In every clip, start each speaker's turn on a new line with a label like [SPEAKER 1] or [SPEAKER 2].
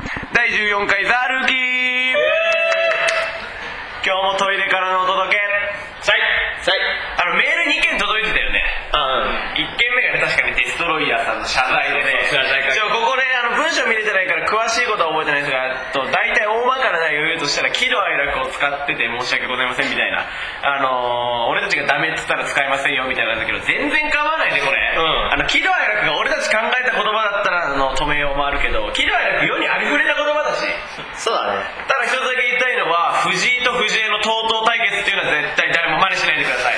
[SPEAKER 1] 第14回ザルキ今日もトイレからのお届け
[SPEAKER 2] さいさい
[SPEAKER 1] あのメール2件届いてたよね1
[SPEAKER 2] あ
[SPEAKER 1] 件目がね確かにデストロイヤーさんの謝罪でね
[SPEAKER 2] そうそう謝罪会
[SPEAKER 1] ちょここねあの文章見れてないから詳しいことは覚えてないですがと大体大まかな内容を言うとしたら喜怒哀楽を使ってて申し訳ございませんみたいなあのー俺たちがダメって言ったら使いませんよみたいなんだけど全然構わないねこれ、
[SPEAKER 2] うん
[SPEAKER 1] あの喜怒哀楽が俺たち考えた言葉だったらあの止めようもあるけど喜怒哀楽世にありふれた言葉だし
[SPEAKER 2] そうだね
[SPEAKER 1] ただ一つだけ言いたいのは藤井と藤江の TOTO 対決っていうのは絶対誰も真似しないでくだ さい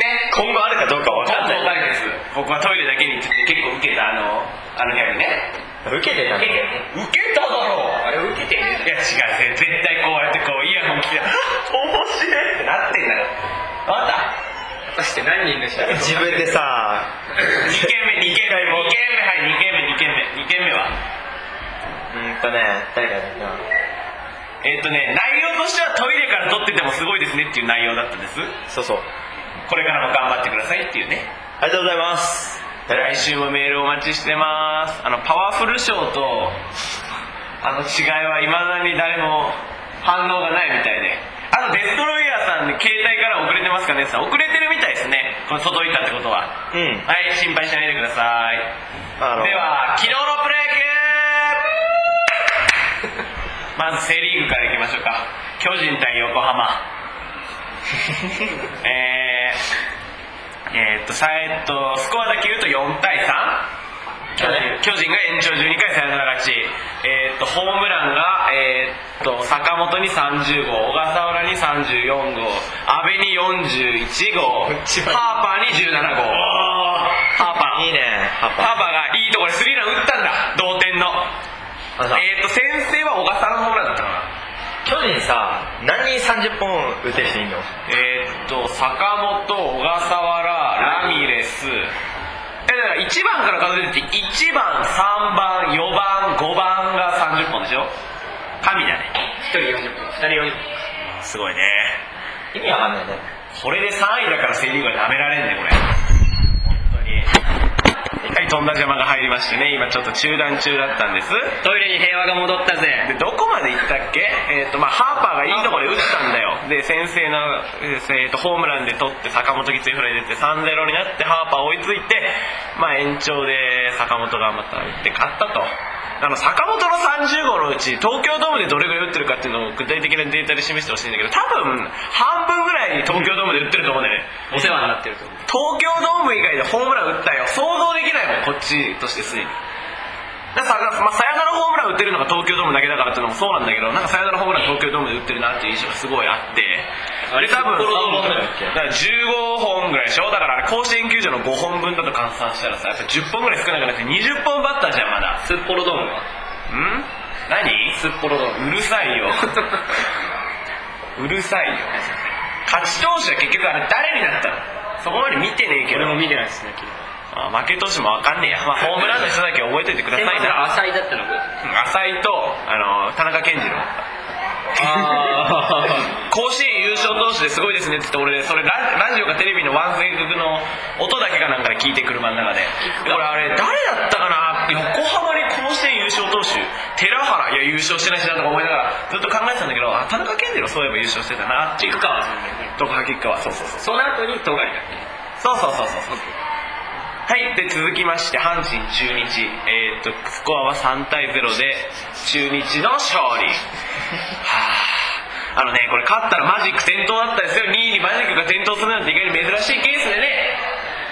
[SPEAKER 1] ね
[SPEAKER 2] 今後あるかどうかわかんない
[SPEAKER 1] 対決僕はトイレだけに行って結構受けたあのあの部屋にね
[SPEAKER 2] 受けてたんだよね
[SPEAKER 1] 受けただろう
[SPEAKER 2] れ受けてる
[SPEAKER 1] いや違う絶対こうやってこうイヤホン 聞いて面白いってなってんだよあんた
[SPEAKER 2] 果たして何人でした自分でさ
[SPEAKER 1] 2軒目2軒目2軒目はい2軒目2軒目2軒目は
[SPEAKER 2] うんとね誰かだったな
[SPEAKER 1] えっ、とね内容としてはトイレから撮っててもすごいですねっていう内容だったんです
[SPEAKER 2] そうそう
[SPEAKER 1] これからも頑張ってくださいっていうね
[SPEAKER 2] ありがとうございます
[SPEAKER 1] 来週もメールお待ちしてますあのパワフル賞とあの違いはいまだに誰も反応がないみたいであとデストロイヤーさん携帯から遅れてますかねさん遅れてるみたいですねこれ届いたってことは
[SPEAKER 2] うん
[SPEAKER 1] はい心配しないでください
[SPEAKER 2] あの
[SPEAKER 1] では昨日のプロ野球まずセ・リーグからいきましょうか巨人対横 浜えー、えーっとさえっとスコアだけ言うと4対3巨人巨人が延長12回サヨナラ勝ち、えーっとホームランが、えーっと坂本に30号小笠原に34号阿部に41号ハ
[SPEAKER 2] 一
[SPEAKER 1] ー
[SPEAKER 2] 番
[SPEAKER 1] パーに17号ハーパー
[SPEAKER 2] いいねパパ
[SPEAKER 1] パパがいいところでスリーラン打ったんだ同点の
[SPEAKER 2] あのさ
[SPEAKER 1] えっ、と先生は小笠原のホームランだったかな
[SPEAKER 2] 巨人さ何人30本打てる人いんの
[SPEAKER 1] えっ、と坂本小笠原ラミレスえだから1番から数えてって1番3番4番5番が30本でしょ神だね
[SPEAKER 2] 1人40本2人40
[SPEAKER 1] すごいね
[SPEAKER 2] 本意味わかんないね
[SPEAKER 1] これで3位だからセ・リーグは舐められんねこれ本当にはい飛んだ邪魔が入りましてね今ちょっと中断中だったんです
[SPEAKER 2] トイレに平和が戻ったぜ
[SPEAKER 1] でどこまで行ったっけ、えーとまあ、ハーパーがいいところで打ったんだよで先生の、えーとホームランで取って坂本にツーフライ出て3 0になってハーパー追いついて、まあ、延長で坂本がまた打って勝ったとあの坂本の30号のうち東京ドームでどれぐらい打ってるかっていうのを具体的なデータで示してほしいんだけど多分半分ぐらい東京ドームで打ってると思うんだよね
[SPEAKER 2] お世話になってると思う
[SPEAKER 1] 東京ドーム以外でホームラン打ったよ想像できないもんこっちとしてすでにだからさ、まあ、サヨナラホームラン打ってるのが東京ドームだけだからっていうのもそうなんだけどなんかサヨナラホームラン東京ドームで打ってるなっていう印象がすごいあって
[SPEAKER 2] あれ
[SPEAKER 1] で多分
[SPEAKER 2] 札幌ドームだっけ
[SPEAKER 1] だから15本ぐらいでしょだからあれ甲子園球場の5本分だと換算したらさやっぱ10本ぐらい少なくなって20本バッターじゃんまだ
[SPEAKER 2] スッポロドームは
[SPEAKER 1] ん何
[SPEAKER 2] スッポロドーム
[SPEAKER 1] うるさい ようるさいよ勝ち投手は結局あれ誰になったのそこまで見てねえけど
[SPEAKER 2] 見てないですね昨日
[SPEAKER 1] あ負け投手もわかんねえや、まあ、ホームランの人だけ覚えておいてくださいな
[SPEAKER 2] 浅井だったのか
[SPEAKER 1] 浅井とあの田中健次郎
[SPEAKER 2] あ
[SPEAKER 1] 甲子園優勝投手ですごいですねって言って俺それララジオかテレビのワンセグの音だけかなんかで聞いて車の中で俺あれ誰だったかな横浜に甲子園優勝投手寺原いや優勝してないしなとか思いながらずっと考えてたんだけどあ田中健次郎そういえば優勝してたなっていう
[SPEAKER 2] 菊川さんだよね
[SPEAKER 1] とか結果はそうそうそう
[SPEAKER 2] その後に戸狩だっ
[SPEAKER 1] そうそうそうそうそうはいで続きまして阪神中日えー、っとスコアは3対0で中日の勝利はああのねこれ勝ったらマジック点灯だったんですよ2位にマジックが点灯するなんて意外に珍しいケースでね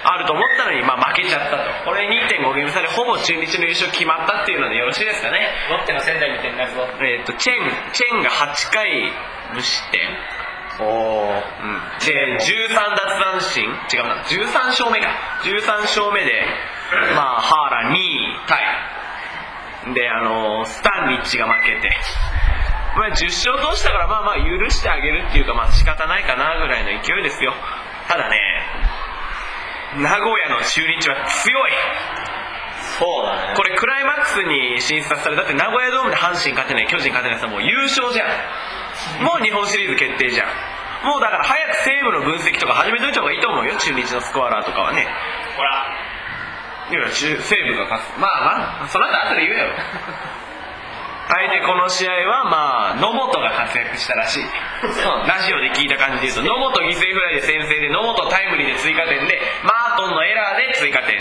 [SPEAKER 1] あると思ったのに、まあ、負けちゃったとこれ2.5ゲーム差でほぼ中日の優勝決まったっていうのでよろしいですかね
[SPEAKER 2] けロッテの仙台みたいになるぞ
[SPEAKER 1] えー、っとチェンチェンが8回無失点
[SPEAKER 2] おお
[SPEAKER 1] で13奪三振違うな13勝目か13勝目でまあハーラン2位タイであのースタンリッチが負けてまあ10勝通したからまあまあ許してあげるっていうかまあ仕方ないかなぐらいの勢いですよただね名古屋の中日は強い
[SPEAKER 2] そうだね
[SPEAKER 1] これクライマックスに進出されたって名古屋ドームで阪神勝てない巨人勝てないさもう優勝じゃんもう日本シリーズ決定じゃんもうだから早く西武の分析とか始めといた方がいいと思うよ中日のスコアラーとかはね
[SPEAKER 2] ほら
[SPEAKER 1] いや西武が勝つ
[SPEAKER 3] まあまあその後後で言えよ
[SPEAKER 1] はいでこの試合はまあ野本が活躍したらしいラジオで聞いた感じで言うと野本犠牲フライで先制で野本タイムリーで追加点でマートンのエラーで追加点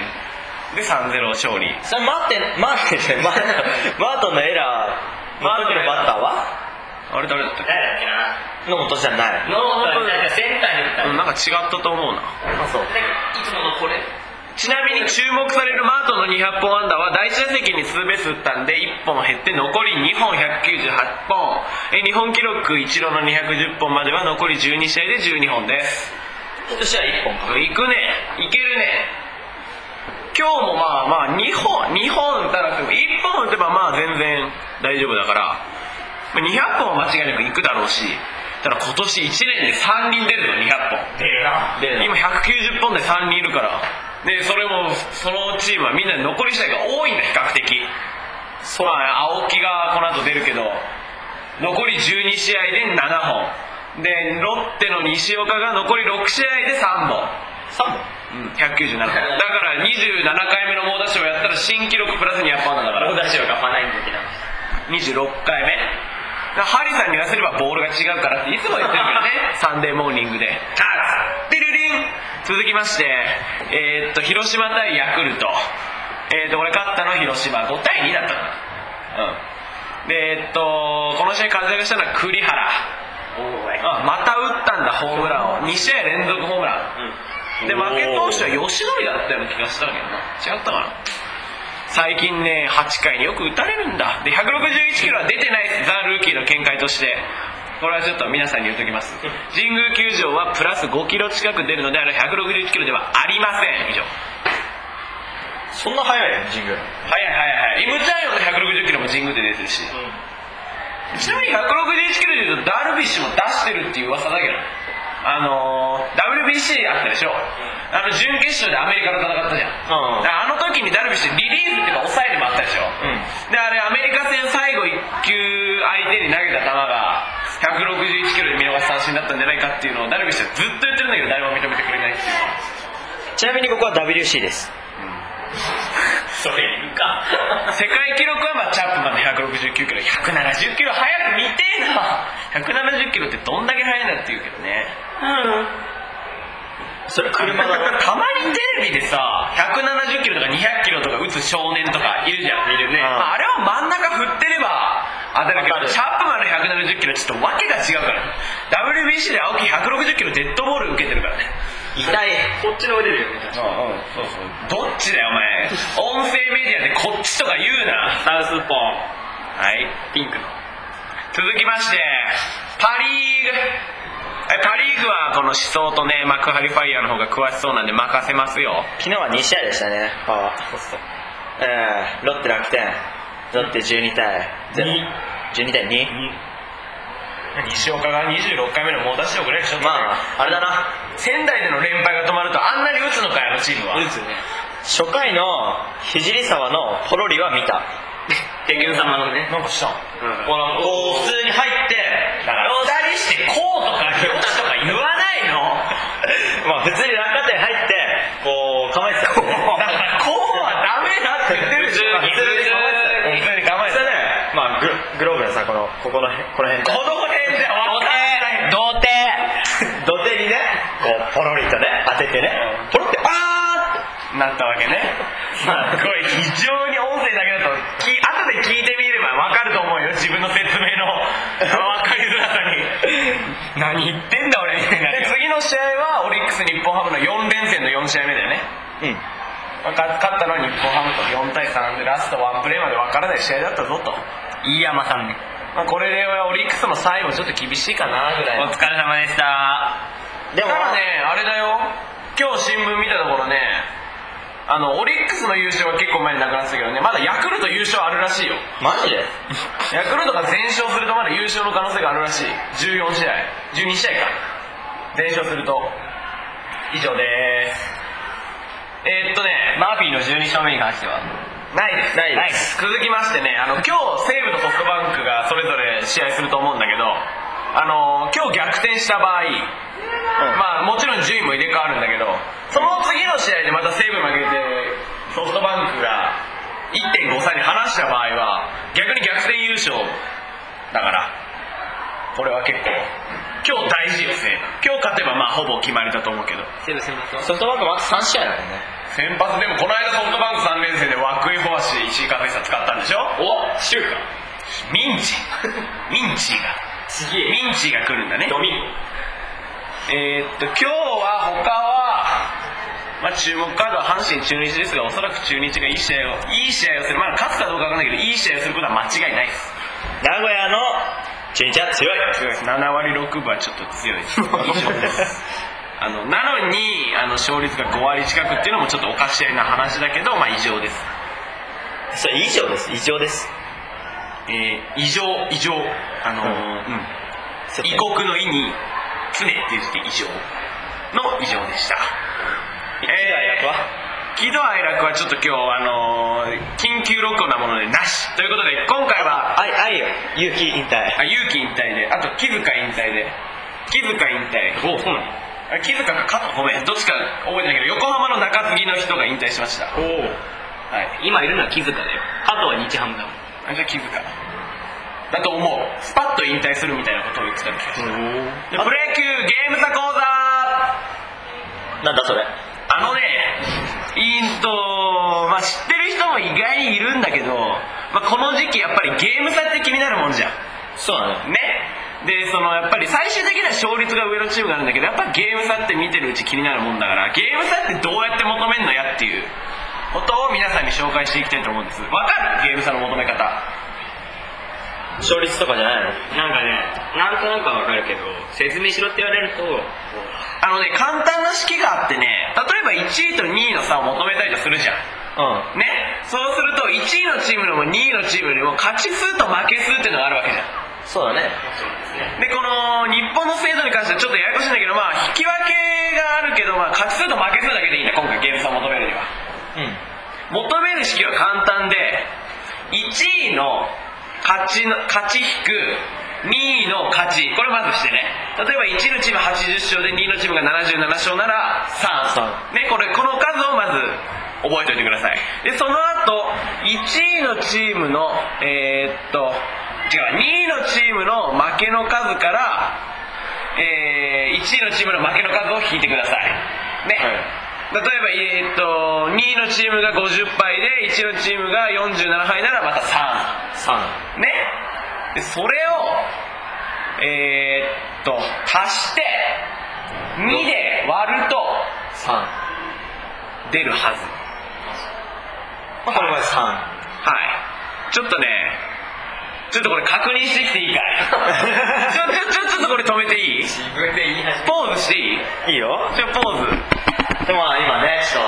[SPEAKER 1] で3-0勝利
[SPEAKER 2] それ待って待って じゃないマーマートンのエラーマートンのバッターは
[SPEAKER 1] あれ誰だったっけ
[SPEAKER 3] 誰だっけな
[SPEAKER 2] の元じゃない
[SPEAKER 3] ノーホンだセンターに打った
[SPEAKER 1] うんなんか違ったと思うな
[SPEAKER 2] あそう
[SPEAKER 3] いつものこれ
[SPEAKER 1] ちなみに注目されるマートンの200本安打は第1打席にツーベース打ったんで1本減って残り2本198本え日本記録イチローの210本までは残り12試合で12本です
[SPEAKER 2] 今年は1本か
[SPEAKER 1] いくねいけるね今日もまあまあ2本2本打たなくても1本打てばまあ全然大丈夫だからまあ200本は間違いなくいくだろうしただ今年1年で3人出るの200本
[SPEAKER 3] 出るな
[SPEAKER 2] で
[SPEAKER 1] 今190本で3人いるからでそれもそのチームはみんな残り試合が多いんだ比較的まあ青木がこの後出るけど残り12試合で7本でロッテの西岡が残り6試合で3本
[SPEAKER 2] 3本
[SPEAKER 1] うん、197本だから27回目の猛打賞をやったら新記録プラス200本だから
[SPEAKER 2] ローダシオがファナインできな
[SPEAKER 1] 26回目だからハリさんに言わせればボールが違うからっていつも言ってるからねサンデーモーニングであデルリン続きましてえーっと広島対ヤクルトえーっと俺勝ったの広島5対2だったのうんでえーっとこの試合活躍したのは栗原あまた打ったんだホームランを2試合連続ホームラン、で
[SPEAKER 2] おー
[SPEAKER 1] 負け投手は吉典だったような気がしたけどな違ったかな最近ね8回によく打たれるんだで161キロは出てないザ・ルーキーの見解としてこれはちょっと皆さんに言っときます神宮球場はプラス5キロ近く出るのであれ161キロではありません以上
[SPEAKER 2] そんな早いの神宮
[SPEAKER 1] はいはいはいイムチャイオンの160キロも神宮で出てるし、ちなみに161キロでいうとダルビッシュも出してるっていう噂だけどあのー WBC あったでしょ、あの準決勝でアメリカと戦ったじゃん、
[SPEAKER 2] うん
[SPEAKER 1] だからあの時にダルビッシュリリーフっていうか抑えてもあったでしょ、であれアメリカ戦最後1球相手に投げた球が161キロで見逃し三振だったんじゃないかっていうのをダルビッシュはずっと言ってるんだけど誰も認めてくれないっていう
[SPEAKER 2] ちなみにここは WC です
[SPEAKER 3] それいるか
[SPEAKER 1] 世界記録はまあチャップマンの169キロ170キロ早く見てえな170キロってどんだけ速いんだって言うけどね
[SPEAKER 2] それ
[SPEAKER 1] たま
[SPEAKER 2] 車だろ
[SPEAKER 1] にテレビでさ170キロとか200キロとか打つ少年とかいるじゃんいるね、まあ、あれは真ん中振ってれば当たるけ
[SPEAKER 2] 当
[SPEAKER 1] ど
[SPEAKER 2] たる
[SPEAKER 1] チャップマンの170キロちょっと訳が違うから WBC で青木160キロデッドボール受けてるからね
[SPEAKER 2] 痛い
[SPEAKER 3] こっちの腕でよね確か
[SPEAKER 1] どっちだよお前音声メディアでこっちとか言うなサウスポーはいピンクの続きましてパ・リーグえパ・リーグはこの思想とね幕張ファイヤーの方が詳しそうなんで任せますよ
[SPEAKER 2] 昨日は2試合でしたねパワーえーロッテ楽天ロッテ12対
[SPEAKER 1] に
[SPEAKER 2] 012対2
[SPEAKER 1] 西岡が26回目の猛打賞ぐらいでしょ
[SPEAKER 2] まああれだな
[SPEAKER 1] 仙台での連敗が止まるとあんなに打つのかよあのチームは
[SPEAKER 3] に打つよね
[SPEAKER 2] 初回の聖沢のポロリは見た
[SPEAKER 3] 天元様のね
[SPEAKER 1] なんかしたん
[SPEAKER 3] うん
[SPEAKER 2] このこう普通に入って
[SPEAKER 1] ロダリしてこうとかよしとか言わないの
[SPEAKER 2] まあ普通に落下点入ってこう構えてた こう
[SPEAKER 1] だからこうはダメだって言ってるじゃん
[SPEAKER 2] 普通
[SPEAKER 1] 普通に
[SPEAKER 2] に構えてた
[SPEAKER 1] 構えてた
[SPEAKER 2] まあグログローブのさこのここの辺この辺で
[SPEAKER 1] この辺じゃ分かんない
[SPEAKER 2] 童貞童貞にねこうポロリとね当ててねポロってあ
[SPEAKER 1] なったわけねすごい非常に音声だけだとき後で聞いてみれば分かると思うよ自分の説明の分かりづらさに何言ってんだ俺みたいな次の試合はオリックス日本ハムの4連戦の4試合目だよね
[SPEAKER 2] ーってうん
[SPEAKER 1] 勝ったのは日本ハムと4対3でラストワンプレーまで分からない試合だったぞと
[SPEAKER 3] 飯山さんね
[SPEAKER 1] まあ、これでオリックスの最後ちょっと厳しいかなぐらい
[SPEAKER 3] お
[SPEAKER 1] の
[SPEAKER 3] 疲れ様でした
[SPEAKER 2] で
[SPEAKER 1] た
[SPEAKER 2] も
[SPEAKER 1] だねあれだよ今日新聞見たところねあのオリックスの優勝は結構前になくなってたけどねまだヤクルト優勝あるらしいよ
[SPEAKER 2] マジで
[SPEAKER 1] ヤクルトが全勝するとまだ優勝の可能性があるらしい14試合12試合か全勝すると以上ですえー、っとね
[SPEAKER 3] マーフィーの12勝目に関しては
[SPEAKER 1] ないです
[SPEAKER 2] ないです
[SPEAKER 1] 続きましてねあの今日西武とソフトバンクがそれぞれ試合すると思うんだけどあの今日逆転した場合、まあもちろん順位も入れ替わるんだけどその次の試合でまた西武負けてソフトバンクが1.5差に離した場合は逆に逆転優勝だからこれは結構今日大事よ西武今日勝てばまあほぼ決まりだと思うけど
[SPEAKER 3] セブン先発は
[SPEAKER 2] ソフトバンクまず3試合だもんね
[SPEAKER 1] 先発でもこの間ソフトバンク3連戦で涌井フォアシ石井和久使ったんでしょ
[SPEAKER 4] おシューか
[SPEAKER 1] ミンチミンチが
[SPEAKER 4] ちげえ
[SPEAKER 1] ミンチが来るんだね
[SPEAKER 4] ドミンゴ
[SPEAKER 1] えーっと今日は他は、まあ、注目カードは阪神、中日ですがおそらく中日がいい試合をいい試合をする、まあ、勝つかどうかわかんないけどいい試合をすることは間違いないです
[SPEAKER 2] 名古屋の中日は強い
[SPEAKER 1] 強いです7割6分はちょっと強いですいい勝負ですあのなのにあの勝率が5割近くっていうのもちょっとおかしいな話だけど、まあ、異常です、
[SPEAKER 2] それ以上です異常です
[SPEAKER 1] えー異常異常あのーうん
[SPEAKER 2] そう
[SPEAKER 1] 異国の意に常っていう字で異常の異常でした喜
[SPEAKER 2] 喜怒哀楽は
[SPEAKER 1] 喜怒哀楽はちょっと今日あのー緊急録音なものでなしということで今回は
[SPEAKER 2] 愛愛よ勇気引退
[SPEAKER 1] あ勇気引退であと木塚引退で木塚引退おそうなの木塚か加藤ごめんどっちか覚えてないけど横浜の中継ぎの人が引退しましたおおはい
[SPEAKER 4] 今いるのは木塚だよ加藤は日ハムだもん
[SPEAKER 1] あじゃあ気づかだと思うスパッと引退するみたいなことを言ってた気がするでプロ野球ゲーム差講座
[SPEAKER 2] なんだそれ
[SPEAKER 1] あのねいいんとまあ知ってる人も意外にいるんだけど、まあ、この時期やっぱりゲーム差って気になるもんじゃん
[SPEAKER 2] そうなのよ
[SPEAKER 1] ねでそのやっぱり最終的には勝率が上のチームがあるんだけどやっぱゲーム差って見てるうち気になるもんだからゲーム差ってどうやって求めんのやっていうことを皆さんに紹介していきたいと思うんですわかるゲーム差の求め方
[SPEAKER 2] 勝率とかじゃないの
[SPEAKER 4] なんかねなんとなくはわかるけど説明しろって言われるとこ
[SPEAKER 1] あのね、簡単な式があってね、例えば1位と2位の差を求めたりとするじゃん。
[SPEAKER 2] うん
[SPEAKER 1] ね、そうすると1位のチームよりも2位のチームよりも勝ち数と負け数っていうのがあるわけじゃん。
[SPEAKER 2] そうだね
[SPEAKER 1] でこの日本の制度に関してはちょっとややこしいんだけどまあ引き分けがあるけど、まあ、勝ち数と負け数だけでいいんだ今回ゲーム差を求めるにはうん求める式は簡単で1位の勝ちの勝ち引く2位の勝ちこれまずしてね例えば1位のチーム80勝で2位のチームが77勝なら3ねこれこの数をまず覚えておいてくださいでその後1位のチームのえーっと違う2位のチームの負けの数から、えー、1位のチームの負けの数を引いてくださいね、例えば、えーっと2位のチームが50敗で1位のチームが47敗ならまた3ねで
[SPEAKER 2] 3
[SPEAKER 1] それをえーっと足して2で割ると
[SPEAKER 2] 3
[SPEAKER 1] 出るはず
[SPEAKER 2] これが3
[SPEAKER 1] はい。ちょっとね、ちょっとこれ確認してきていいか いちょ、ちょ、ちょ、ちょっとこれ止めていい
[SPEAKER 4] 自分で言い始
[SPEAKER 1] ポーズしていい
[SPEAKER 2] いいよ
[SPEAKER 1] ちょ、ポーズ。
[SPEAKER 2] でもまあ今ねちょっ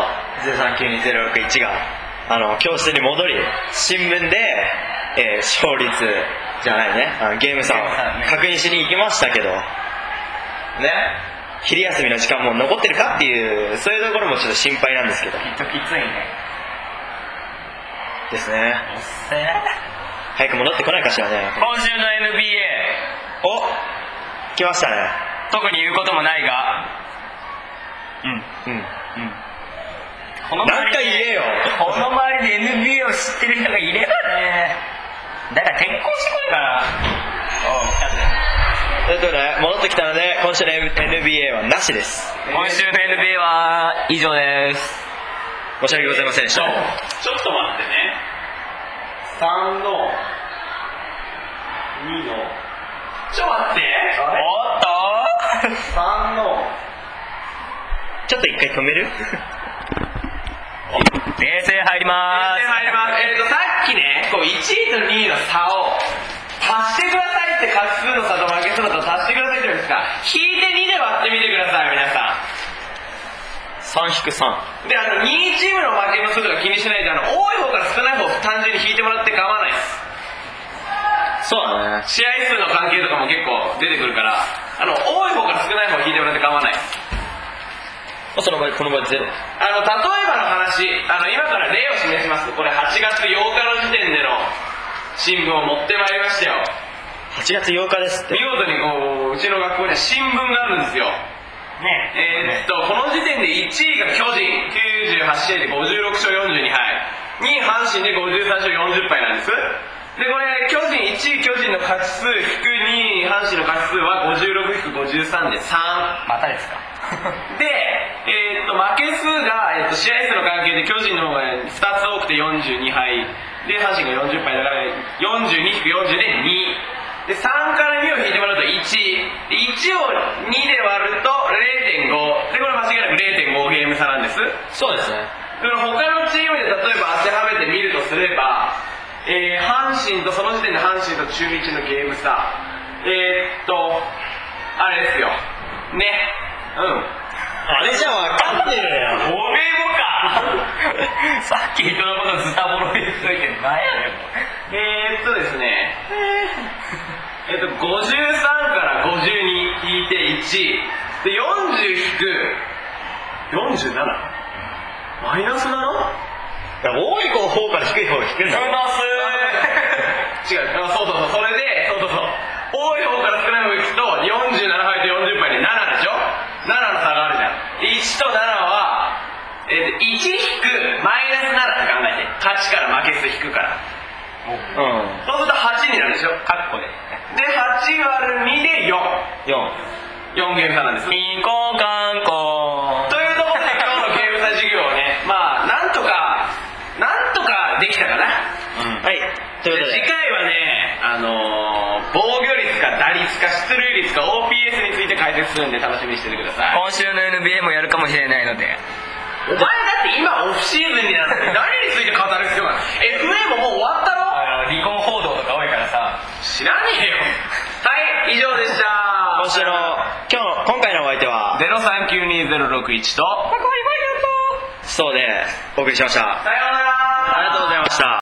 [SPEAKER 2] と039201があの教室に戻り新聞で、えー勝率じゃないねあのゲーム差を
[SPEAKER 3] ゲーム差ね
[SPEAKER 2] 確認しに行きましたけどね昼休みの時間もう残ってるかっていうそういうところもちょっと心配なんですけど
[SPEAKER 3] きっときついね
[SPEAKER 2] ですね
[SPEAKER 3] おっせー
[SPEAKER 2] 早く戻ってこないかしらね
[SPEAKER 3] 今週の NBA
[SPEAKER 2] お来ましたね
[SPEAKER 3] 特に言うこともないが
[SPEAKER 2] うん
[SPEAKER 3] この
[SPEAKER 2] 何
[SPEAKER 3] 周
[SPEAKER 2] 回
[SPEAKER 3] り
[SPEAKER 2] 言
[SPEAKER 3] で
[SPEAKER 2] えよ
[SPEAKER 3] この周りで NBA を知ってる人がいればねだから結婚してこいから
[SPEAKER 2] ということで戻ってきたので今週の NBA はなしです
[SPEAKER 3] 今週の NBA は以上です
[SPEAKER 2] 申し訳ございませんでした
[SPEAKER 1] ちょっと待ってね。3の、2の、ちょっと待って。
[SPEAKER 3] おっと
[SPEAKER 1] 3の、
[SPEAKER 2] ちょっと一回止める
[SPEAKER 3] 冷静入りまーす
[SPEAKER 1] 入ります。えっ、と、さっきね、こう1位と2位の差を、足してくださいって画数の差と負け数の差を足してくださいって言うんですか、引いて2で割ってみてください、皆さん。
[SPEAKER 2] 3引く3
[SPEAKER 1] であの2位チームの負けの数とか気にしないであの多い方から少ない方を単純に引いてもらって構わないです
[SPEAKER 2] そうだね
[SPEAKER 1] 試合数の関係とかも結構出てくるからあの多い方から少ない方を引いてもらって構わないです
[SPEAKER 2] その場合この場合ゼロ
[SPEAKER 1] あの例えばの話あの今から例を示しますこれ8月8日の時点での新聞を持ってまいりましたよ
[SPEAKER 2] 8月8日ですって
[SPEAKER 1] 見事にこううちの学校には新聞があるんですよ
[SPEAKER 3] ね
[SPEAKER 1] えーっとこの時点で1位が巨人98試合で56勝42敗2位阪神で53勝40敗なんですでこれ巨人1位巨人の勝ち数引く2位阪神の勝ち数は56引く53で3
[SPEAKER 3] またですか
[SPEAKER 1] で、えーっと負け数が、えーっと試合数の関係で巨人の方が2つ多くて42敗で阪神が40敗だから42引く40で2で3から2を引いてもらうと1で1を2で割ると0.5でこれ間違いなく0.5ゲーム差なんです
[SPEAKER 2] そうですね
[SPEAKER 1] だから他のチームで例えば当てはめてみるとすれば、えー阪神とその時点で阪神と中日のゲーム差えーっとあれですよねうん
[SPEAKER 2] あれじゃわかんねえよ
[SPEAKER 1] おめえもか
[SPEAKER 3] さっき人のことズタボロ言っといて何やねんもう
[SPEAKER 1] えーっとですねえーっと53から52引いて1で40引く47マイナスなの
[SPEAKER 2] 多い方から低い方 が低いんだよ
[SPEAKER 1] 違うあそうそうそうそれでそうそうそう多い方から少ない方行くと47敗と40敗で7でしょ7の差があるじゃんで1と7は、えーっと1引くマイナス7って考えて勝ちから負け数引くから
[SPEAKER 2] うん
[SPEAKER 1] そうすると8になるでしょカッコでで8割る2で44
[SPEAKER 2] 4
[SPEAKER 1] ゲーム差なんです
[SPEAKER 3] みこかんこと
[SPEAKER 1] いうところで今日のゲーム差授業をねまあなんとかなんとかできたかな
[SPEAKER 2] はいという
[SPEAKER 1] で
[SPEAKER 2] こと
[SPEAKER 1] 次
[SPEAKER 2] で
[SPEAKER 1] 回はねあのー防御率か打率か出塁率か OPS について解説するんで楽しみにしててください
[SPEAKER 3] 今週の NBA もやるかもしれないので
[SPEAKER 1] お前だって今オフシーズンになって誰について語る必要がある FA ももう終わったろ
[SPEAKER 3] 離婚報道とか多いからさ
[SPEAKER 1] 知らねえよはい以上でした
[SPEAKER 2] 今週の今日今回のお相手は
[SPEAKER 1] 039206と
[SPEAKER 2] そうでお送りしました
[SPEAKER 1] さようなら
[SPEAKER 2] ありがとうございました